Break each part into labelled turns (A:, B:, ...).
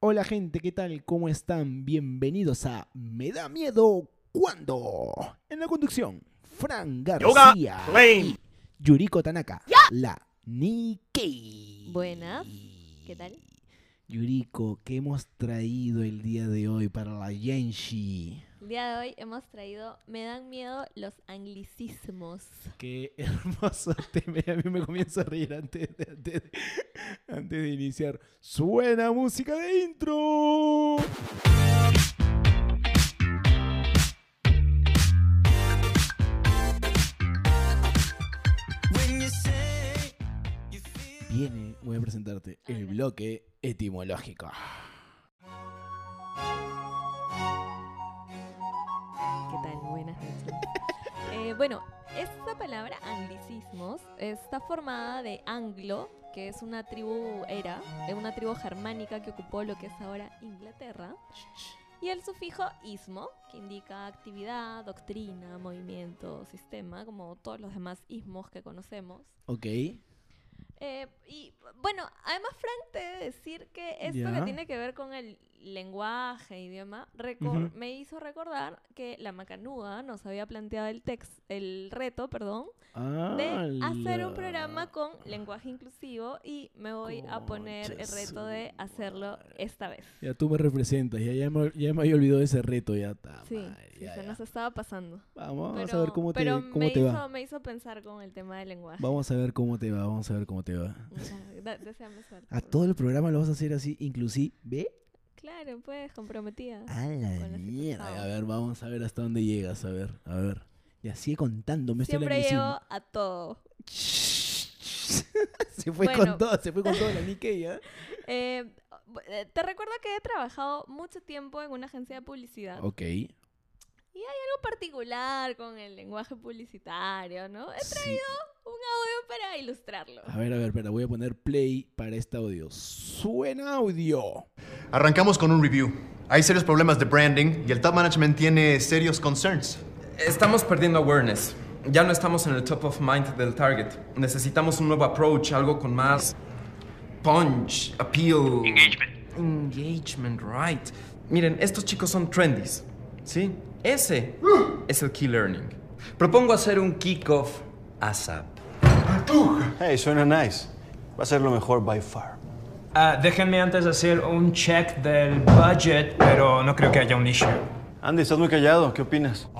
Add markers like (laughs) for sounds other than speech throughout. A: Hola gente, ¿qué tal? ¿Cómo están? Bienvenidos a Me da miedo cuando. En la conducción, Fran
B: Yoga
A: García,
B: Lane.
A: Yuriko Tanaka, la Nikkei.
C: Buenas, ¿qué tal?
A: Yuriko, ¿qué hemos traído el día de hoy para la Yenshi?
C: El día de hoy hemos traído Me dan miedo los anglicismos.
A: Qué hermoso (laughs) tema. A mí me comienzo a reír antes de, antes de- antes de iniciar. Suena música de intro. Viene, voy a presentarte el bloque etimológico.
C: ¿Qué tal? Buenas noches. Eh, bueno, esta palabra anglicismos está formada de anglo, que es una tribu era, eh, una tribu germánica que ocupó lo que es ahora Inglaterra, y el sufijo ismo, que indica actividad, doctrina, movimiento, sistema, como todos los demás ismos que conocemos.
A: Ok.
C: Eh, y bueno, además, Frank, te debe decir que esto
A: Ya.
C: que tiene que ver con el lenguaje, idioma, reco-
A: Ujú.
C: me hizo recordar que la macanuda nos había planteado el text, el reto, perdón, de hacer un programa con lenguaje inclusivo y me voy a poner el
A: Concha
C: reto
A: su
C: de hacerlo esta vez.
A: Ya tú me representas, ya, ya, me, ya me había olvidado ese reto, ya está.
C: Sí,
A: Ah, madre,
C: sí,
A: ya,
C: se
A: ya.
C: nos estaba pasando.
A: Vamos,
C: Pero,
A: a ver cómo te,
C: pero
A: cómo
C: me,
A: te
C: hizo,
A: va.
C: me hizo pensar con el tema del lenguaje.
A: Vamos a ver cómo te va, vamos a ver cómo te va.
C: Ya, da- deséame suerte,
A: A
C: por
A: todo el programa lo vas a hacer así, inclusive.
C: favor. Claro, pues, comprometida.
A: A la
C: Con los
A: mierda.
C: etiquetados.
A: A ver, vamos a ver hasta dónde llegas, a ver, a ver. Ya sigue contándome este
C: Siempre
A: anglicismo.
C: llego a todo.
A: (laughs) Se fue con
C: Bueno.
A: todo, se fue con todo la Nikkei,
C: (laughs)
A: ¿ya?
C: Eh, bu- eh, te recuerdo que he trabajado mucho tiempo en una agencia de publicidad.
A: Ok.
C: Algo particular con el lenguaje publicitario, ¿no? Es
A: sí.
C: un audio para ilustrarlo.
A: A ver, a ver, espera, voy a poner play para este audio. Suena audio.
B: Arrancamos con un review. Hay serios problemas de branding y el top management tiene serios concerns.
D: Estamos perdiendo awareness. Ya no estamos en el top of mind del target. Necesitamos un nuevo approach, algo con más punch, appeal. Engagement. Engagement, right. Miren, estos chicos son trendies. ¿Sí? Ese es el key learning.
E: Propongo hacer un kickoff ASAP.
F: Hey, suena nice. Va a ser lo mejor by far.
G: Ah, déjenme antes hacer un check del budget, pero no creo que haya un issue.
F: Andy, estás muy callado. ¿Qué opinas?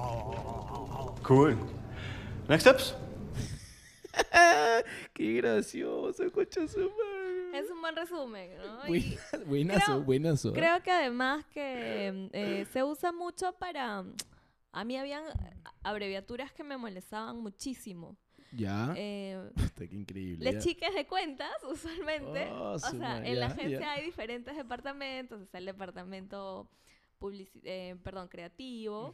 F: Cool. Next steps?
A: Ah, Qué gracioso, concha su madre.
C: Es un buen resumen,
A: (laughs)
C: ¿no? Y
A: Buena- Buenazo,
C: creo-
A: buenazo. ¿eh?
C: creo que además que eh, se usa mucho para... A mí habían eh, abreviaturas que me molestaban muchísimo.
A: Ya.
C: Eh,
A: Puta, qué increíble. ya.
C: Las chicas de cuentas, (laughs) usualmente.
A: Oh,
C: o
A: su
C: sea,
A: ma-
C: en la
A: ya,
C: agencia
A: ya.
C: hay diferentes departamentos. Está el departamento publici- eh, perdón, creativo.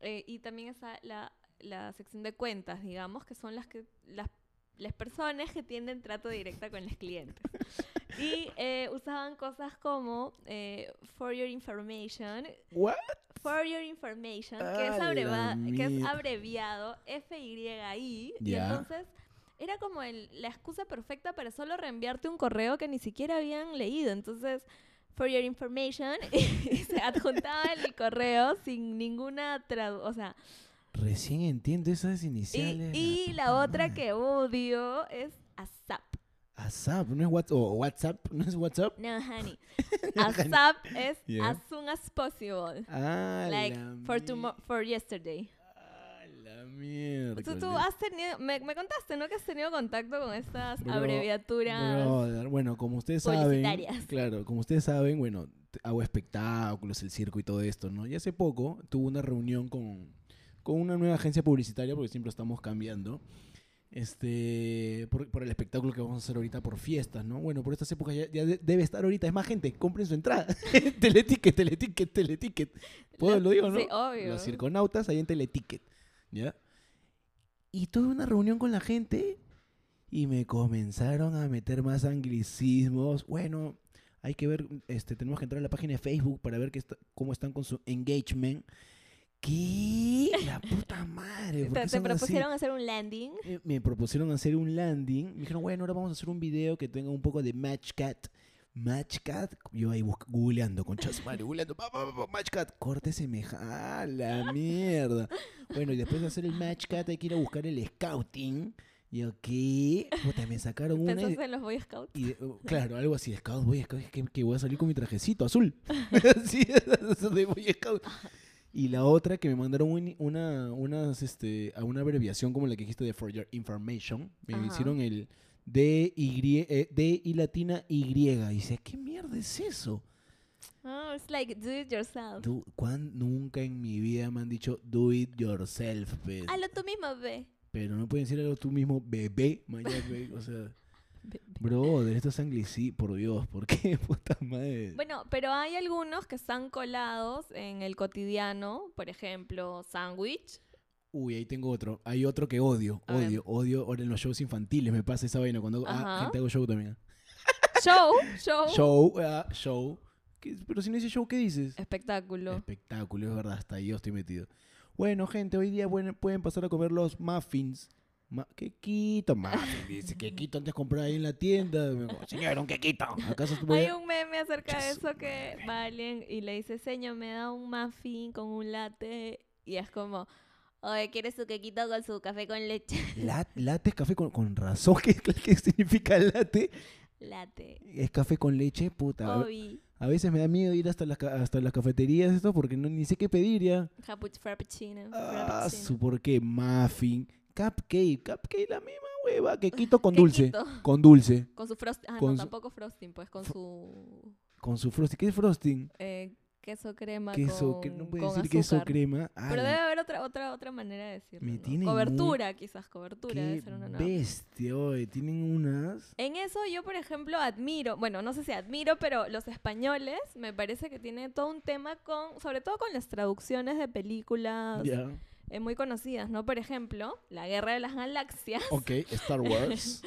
C: eh, y también está la, la sección de cuentas, digamos, que son las que las, las personas que tienen trato directo con los
A: (laughs)
C: clientes. y eh, usaban cosas como eh, for your information,
A: What?
C: For Your Information, que es,
A: ¡A la
C: abreva- que es
A: mierda!
C: abreviado FYI. Y
A: Ya.
C: entonces era como el- la excusa perfecta para solo reenviarte un correo que ni siquiera habían leído. Entonces, For Your Information, (laughs) y se adjuntaba el correo sin ninguna traducción. O sea,
A: Recién entiendo esas
C: y,
A: iniciales.
C: y la
A: puta
C: otra
A: madre.
C: que odio es ASAP.
A: ASAP, no es WhatsApp. O WhatsApp, no es WhatsApp.
C: No, honey.
A: (laughs) No, honey.
C: ASAP es
A: Ya.
C: as soon as possible.
A: Ah,
C: Like,
A: la
C: for,
A: mier-
C: tomo- for yesterday.
A: Ah, la mierda.
C: Tú, tú has tenido, me, me contaste, ¿no? Que has tenido contacto con estas
A: Bro,
C: abreviaturas.
A: Brother, bueno, como ustedes saben,
C: publicitarias.
A: claro, como ustedes saben, bueno, t- hago espectáculos, el circo y todo esto, ¿no? Y hace poco tuve una reunión con, con una nueva agencia publicitaria, porque siempre estamos cambiando, este, por, por el espectáculo que vamos a hacer ahorita por fiestas, ¿no? Bueno, por estas épocas ya, ya de- debe estar ahorita. Es más, gente, compren su entrada. (laughs) teleticket, teleticket, teleticket. ¿Puedo
C: Los-
A: lo digo, no?
C: sí, obvio.
A: Los circonautas ahí en teleticket, ¿ya? Y tuve una reunión con la gente y me comenzaron a meter más anglicismos. Bueno, hay que ver, este, tenemos que entrar a la página de Facebook para ver qué está- cómo están con su engagement. ¿Qué? La puta madre. ¿por
C: Te,
A: qué
C: te
A: son así?
C: propusieron hacer un landing.
A: Eh, Me propusieron hacer un landing. Me dijeron, bueno, ahora vamos a hacer un video que tenga un poco de match cat. Matchcat, yo ahí busc- googleando, concha su madre, googleando, pa, pa, pa, pa, Matchcat, corte semeja, a la mierda. Bueno, y después de hacer el Matchcat hay que ir a buscar el Scouting. Y aquí, puta, me sacaron una...
C: Pensaste en los Boy Scouts.
A: Y de- uh, claro, algo así de Scout, Boy Scout, que, que voy a salir con mi trajecito azul. (laughs) Así, de Boy Scout. Y la otra que me mandaron un- una, unas, este, a una abreviación como la que dijiste de For Your Information. Me
C: Ajá.
A: hicieron el D, y, eh, D y latina Y. Y dice, ¿qué mierda es eso?
C: Ah, it's like do it yourself.
A: Tú, ¿cuán- nunca en mi vida me han dicho do it yourself, pues.
C: Hazlo tú mismo, ve.
A: Pero no pueden decirlo tú mismo, bebé, mañana, güey, o sea... Brother, esto es anglicí, por Dios, ¿por qué? (laughs) Puta madre.
C: Bueno, pero hay algunos que están colados en el cotidiano, por ejemplo,
A: (laughs)
C: sándwich.
A: Uy, ahí tengo otro. Hay otro que odio,
C: A ver.
A: odio, odio. Ahora en los shows infantiles me pasa esa vaina cuando hago, ah,
C: Ajá. Oh.
A: gente hago show también. ah.
C: Show, show,
A: Show, ah, show. ¿Qué- Pero si no dice show, ¿qué dices?
C: espectáculo.
A: Eh, Espectáculo, es verdad, hasta ahí yo estoy metido. Bueno, gente, hoy día buen- pueden pasar a comer los muffins. Ma- quequito, muffin, dice, quequito antes compré ahí en la tienda. Me digo, Señor, un quequito. ¿Acaso tú
C: Hay un meme acerca de eso que va alguien y le dice, señor, me da un muffin con un latte. Y es como, oye, ¿quieres su quequito con su café con leche?
A: La- latte es café con, con razón. (laughs) ¿Qué, ¿Qué significa latte?
C: Latte.
A: Es café con leche, puta. A ver,
C: Obi,
A: A veces me da miedo ir hasta las, ca- hasta las cafeterías, esto, porque no, ni sé qué pedir ya.
C: Capuch frappuccino.
A: Ah,
C: frappuccino.
A: su por qué, muffin, cupcake, cupcake la misma hueva, quequito con dulce,
C: Quequito.
A: con dulce,
C: Con su frosting. Ah,
A: con
C: no,
A: su-
C: tampoco frosting, pues con su
A: con su frosting. ¿Qué es frosting?
C: eh, queso crema.
A: Queso,
C: con,
A: que no puede
C: con
A: decir queso
C: azúcar.
A: crema. Ah,
C: Pero
A: la-
C: debe haber otra, otra, otra manera de decirlo.
A: Me
C: ¿no?
A: tienen muy-
C: Cobertura, quizás, cobertura. Debe
A: qué
C: ser una nueva.
A: bestia, oye, tienen unas.
C: En eso yo, por ejemplo, admiro, bueno, no sé si admiro, pero los españoles me parece que tienen todo un tema con, sobre todo con las traducciones de películas
A: Ya,
C: eh, muy conocidas, ¿no? Por ejemplo, La Guerra de las Galaxias.
A: ok, Star
C: (laughs)
A: Wars.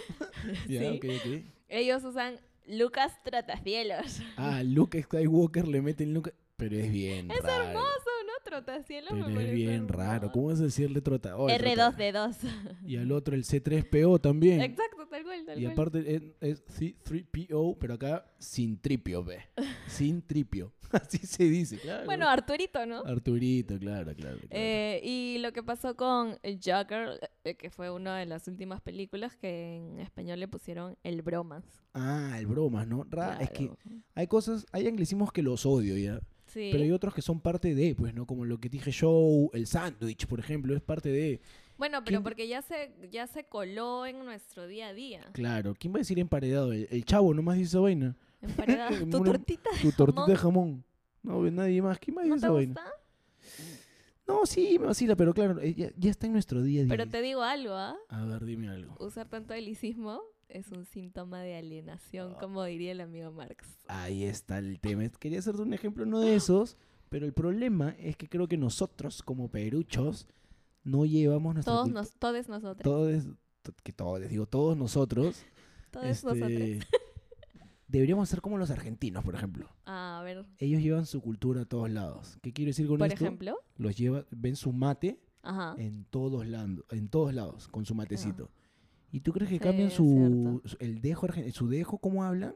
A: ya,
C: Sí.
A: ok, ok.
C: Ellos usan Lucas Trotacielos.
A: Ah, Luke Skywalker le meten Luke. Pero es bien
C: Es
A: raro.
C: hermoso, ¿no? Trotacielos. me
A: Pero es
C: parece
A: bien
C: hermoso.
A: raro. ¿Cómo vas a Oh, decirle trota? Oye, trota- (laughs)
C: R2D2.
A: Y al otro el C3PO también.
C: (laughs) Exacto, tal cual, tal
A: Y
C: cual.
A: aparte es, es C3PO, pero acá sin tripio,
C: (laughs)
A: ve. Sin tripio. (laughs) Así se dice, claro.
C: Bueno, Arturito, ¿no?
A: Arturito, claro, claro. claro.
C: Eh, y lo que pasó con el Joker, eh, que fue una de las últimas películas que en español le pusieron el bromas.
A: ah, el bromas, ¿no? Ra- Ah, Es que
C: Claro.
A: hay cosas, hay anglicismos que los odio ya.
C: Sí.
A: Pero hay otros que son parte de, pues, ¿no? Como lo que dije show, el sándwich, por ejemplo, es parte de.
C: Bueno,
A: ¿Quién-
C: pero porque ya se, ya se coló en nuestro día a día.
A: Claro, ¿quién va a decir emparedado? El, el chavo nomás dice esa vaina.
C: Emparedada.
A: (laughs) Eh,
C: tu
A: una-
C: tortita. (laughs)
A: Tu tortita de jamón. No ve nadie más. ¿Quién más dice
C: ¿No te
A: esa vaina?
C: gusta?
A: No, sí, me vacila, pero claro, eh, ya, ya está en nuestro día a día.
C: Pero te digo algo, ¿ah?
A: A ver, dime algo.
C: Usar tanto helicismo es un síntoma de alienación,
A: Ah.
C: como diría el amigo Marx.
A: Ahí está el tema. Es- Quería hacerte un ejemplo, no de esos, pero el problema es que creo que nosotros, como peruchos, no llevamos nuestra
C: Todos
A: cultu-
C: nos, todes nosotros.
A: todos, to- que todos, digo, todos nosotros,
C: (laughs) Todos nosotros.
A: este,
C: (laughs)
A: deberíamos ser como los argentinos, por ejemplo.
C: Ah, a ver,
A: Ellos llevan su cultura a todos lados. ¿Qué quiero decir con
C: por
A: esto?
C: ejemplo. Ah.
A: Los lleva, ven su mate
C: Ajá.
A: en todos lados, en todos lados, con su matecito. ¿Y tú crees que
C: Ah. Sí,
A: cambian
C: es
A: su, su- el dejo argen- su dejo cómo hablan?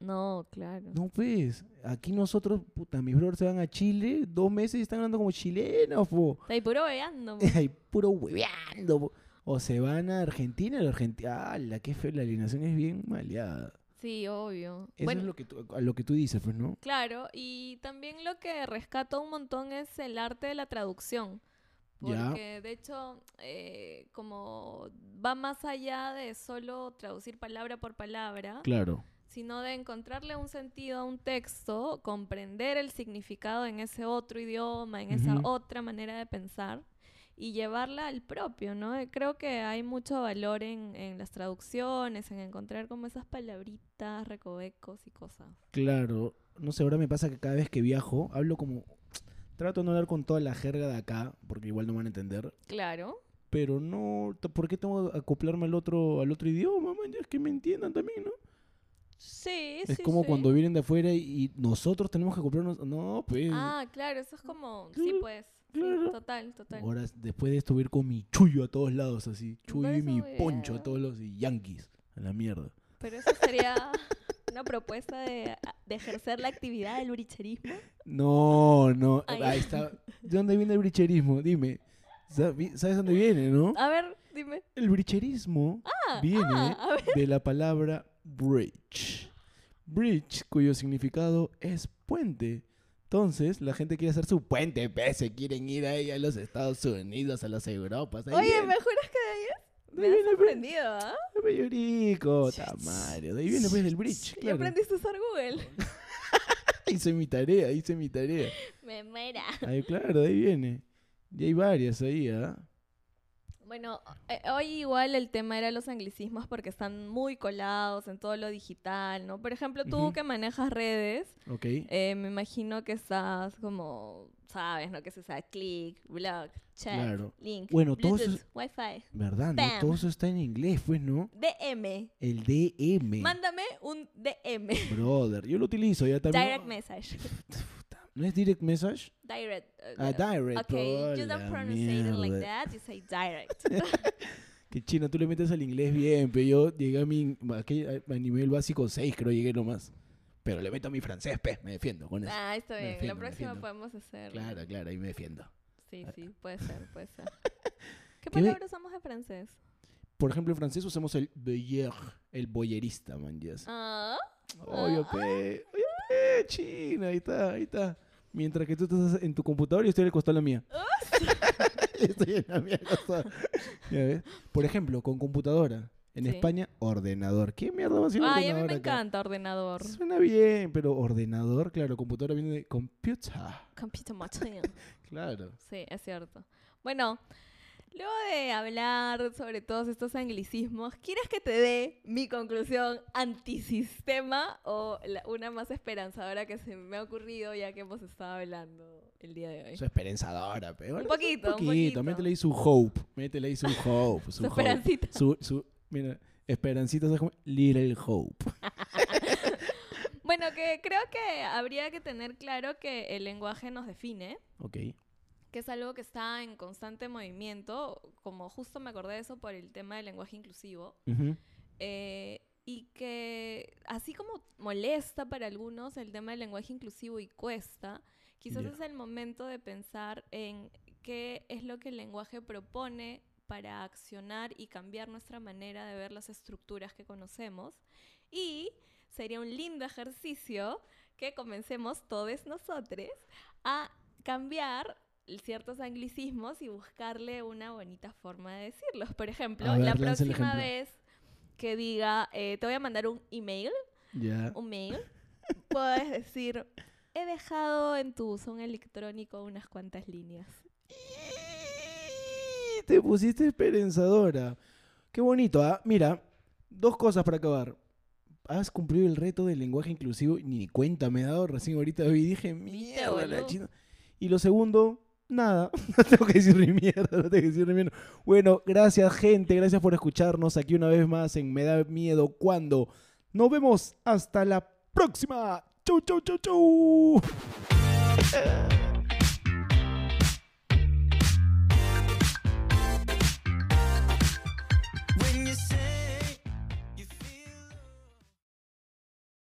C: No, claro.
A: No, pues, aquí nosotros, puta, mis brothers se van a Chile dos meses y están hablando como chilenos, po.
C: Está ahí
A: (laughs)
C: puro veando.
A: Ay, puro hueveando, po. O se van a Argentina, la Argentina, ala, qué feo, la alienación es bien maleada.
C: Sí, obvio.
A: Eso
C: bueno,
A: es lo que, tú, a lo que tú dices, pues, ¿no?
C: Claro, y también lo que rescato un montón es el arte de la traducción.
A: Ya.
C: Porque de hecho, eh, como va más allá de solo traducir palabra por palabra,
A: Claro.
C: sino de encontrarle un sentido a un texto, comprender el significado en ese otro idioma, en esa
A: Ujú.
C: otra manera de pensar y llevarla al propio, ¿no? Eh, Creo que hay mucho valor en, en las traducciones, en encontrar como esas palabritas, recovecos y cosas.
A: Claro, no sé, ahora me pasa que cada vez que viajo hablo como. Trato de no hablar con toda la jerga de acá, porque igual no van a entender.
C: Claro.
A: Pero no, t- ¿por qué tengo que acoplarme al otro, al otro idioma, man? Ya es que me entiendan también, ¿no?
C: Sí,
A: Es
C: sí,
A: como
C: sí.
A: cuando vienen de afuera y, y nosotros tenemos que acoplarnos. No, pues.
C: Ah, claro, eso es como... Sí,
A: Claro,
C: pues. sí,
A: claro.
C: total, total.
A: Ahora, después de esto, voy a ir con mi chullo a todos lados, así. Chullo y
C: parece
A: mi
C: muy
A: poncho a
C: bien.
A: todos los y yanquis. A la mierda.
C: Pero eso sería una propuesta de, de ejercer la actividad del bricherismo.
A: No, no.
C: Ay.
A: Ahí está. ¿De dónde viene el bricherismo? Dime. Sabi- ¿Sabes dónde viene, no?
C: A ver, dime.
A: El bricherismo viene
C: ah, a ver.
A: de la palabra bridge. Bridge, cuyo significado es puente. Entonces, la gente quiere hacer su puente, pues, se quieren ir ahí a los Estados Unidos, a las Europas. ahí
C: Oye,
A: viene.
C: ¿me juras que de ellos? Me
A: Ahí
C: has
A: viene el
C: sorprendido, ¿ah?
A: Bellurico, tamario. De ahí viene, pues, el bridge,
C: Ya
A: claro.
C: aprendiste a usar Google.
A: Hice mi tarea, hice mi tarea.
C: (laughs) Me muera.
A: Ahí, claro, de ahí viene. Y hay varias ahí, ¿ah?
C: Bueno, eh, hoy igual el tema era los anglicismos porque están muy colados en todo lo digital, ¿no? Por ejemplo, tú
A: Ujú.
C: que manejas redes,
A: Ok.
C: eh, me imagino que estás como, sabes, ¿no? Que se sabe click, blog, chat,
A: Claro.
C: link,
A: Bueno, todo eso
C: Bluetooth, Wi-Fi,
A: ¿Verdad? no?
C: Spam.
A: Todo eso está en inglés, pues, ¿no?
C: DM.
A: El DM.
C: Mándame un DM.
A: Brother, yo lo utilizo ya también.
C: Direct message.
A: ¿No es direct message?
C: Direct. uh,
A: Ah, direct.
C: Okay,
A: oh,
C: you don't
A: la
C: pronounce it like
A: mierda.
C: that, you say direct.
A: (laughs)
C: (laughs)
A: Que chino, tú le metes al inglés bien, pero yo llegué a mi a que- a nivel básico 6, creo llegué nomás. Pero le meto a mi francés, pe, me defiendo con eso.
C: ah, está
A: Me
C: bien.
A: defiendo,
C: La
A: me
C: próxima
A: defiendo.
C: podemos hacer.
A: Claro, Ah. claro, ahí me defiendo.
C: Sí, sí, puede ser, puede
A: (laughs)
C: ser. ¿Qué
A: ¿Qué
C: palabra usamos en francés?
A: Por ejemplo, en francés usamos el boyer, el boyerista, man, yes.
C: Ah,
A: Oye, pe, oye, pe, china, ahí está, ahí está. Mientras que tú estás en tu computadora, yo estoy al costado de la mía.
C: Ah.
A: (laughs) Yo estoy en la mía al costado. Ya ves. Por ejemplo, con computadora. En
C: Sí.
A: España, ordenador. ¿Qué mierda va a ser
C: Ay, a
A: ordenador
C: mí me
A: acá?
C: encanta ordenador.
A: Suena bien, pero ordenador, claro, computadora viene de computer.
C: Computer machine.
A: Claro.
C: Sí, es cierto. Bueno, luego de hablar sobre todos estos anglicismos, ¿quieres que te dé mi conclusión antisistema o la- una más esperanzadora que se me ha ocurrido ya que hemos estado hablando el día de hoy?
A: Eso es esperanzadora, pero bueno,
C: poquito, un
A: un poquito.
C: poquito.
A: Métele ahí su hope. Métele
C: (laughs)
A: ahí su hope.
C: Su
A: Su, hope.
C: esperancita.
A: Su, su- mira, esperancita, ¿sabes cómo? Little hope.
C: Bueno, que creo que habría que tener claro que el lenguaje nos define.
A: Ok.
C: que es algo que está en constante movimiento, como justo me acordé de eso por el tema del lenguaje inclusivo,
A: Ujú.
C: eh, y que así como molesta para algunos el tema del lenguaje inclusivo y cuesta, quizás
A: Ya.
C: es el momento de pensar en qué es lo que el lenguaje propone para accionar y cambiar nuestra manera de ver las estructuras que conocemos. Y sería un lindo ejercicio que comencemos todos nosotros a cambiar ciertos anglicismos y buscarle una bonita forma de decirlos. Por ejemplo,
A: A ver,
C: la
A: lanza el
C: próxima
A: ejemplo.
C: vez que diga, eh, te voy a mandar un email,
A: Ya.
C: un
A: (laughs)
C: mail, puedes decir, he dejado en tu buzón electrónico unas cuantas líneas.
A: Y Te pusiste esperanzadora. Qué bonito, ¿ah? Mira, dos cosas para acabar. Has cumplido el reto del lenguaje inclusivo, ni cuenta me he dado, recién ahorita vi y dije, mierda
C: boludo.
A: la china. Y lo segundo, nada, (laughs) no tengo que decir ni mierda, no tengo que decir ni mierda. Bueno, gracias gente, gracias por escucharnos aquí una vez más en Me da miedo cuando. Nos vemos hasta la próxima. Chau, chau, chau, chau.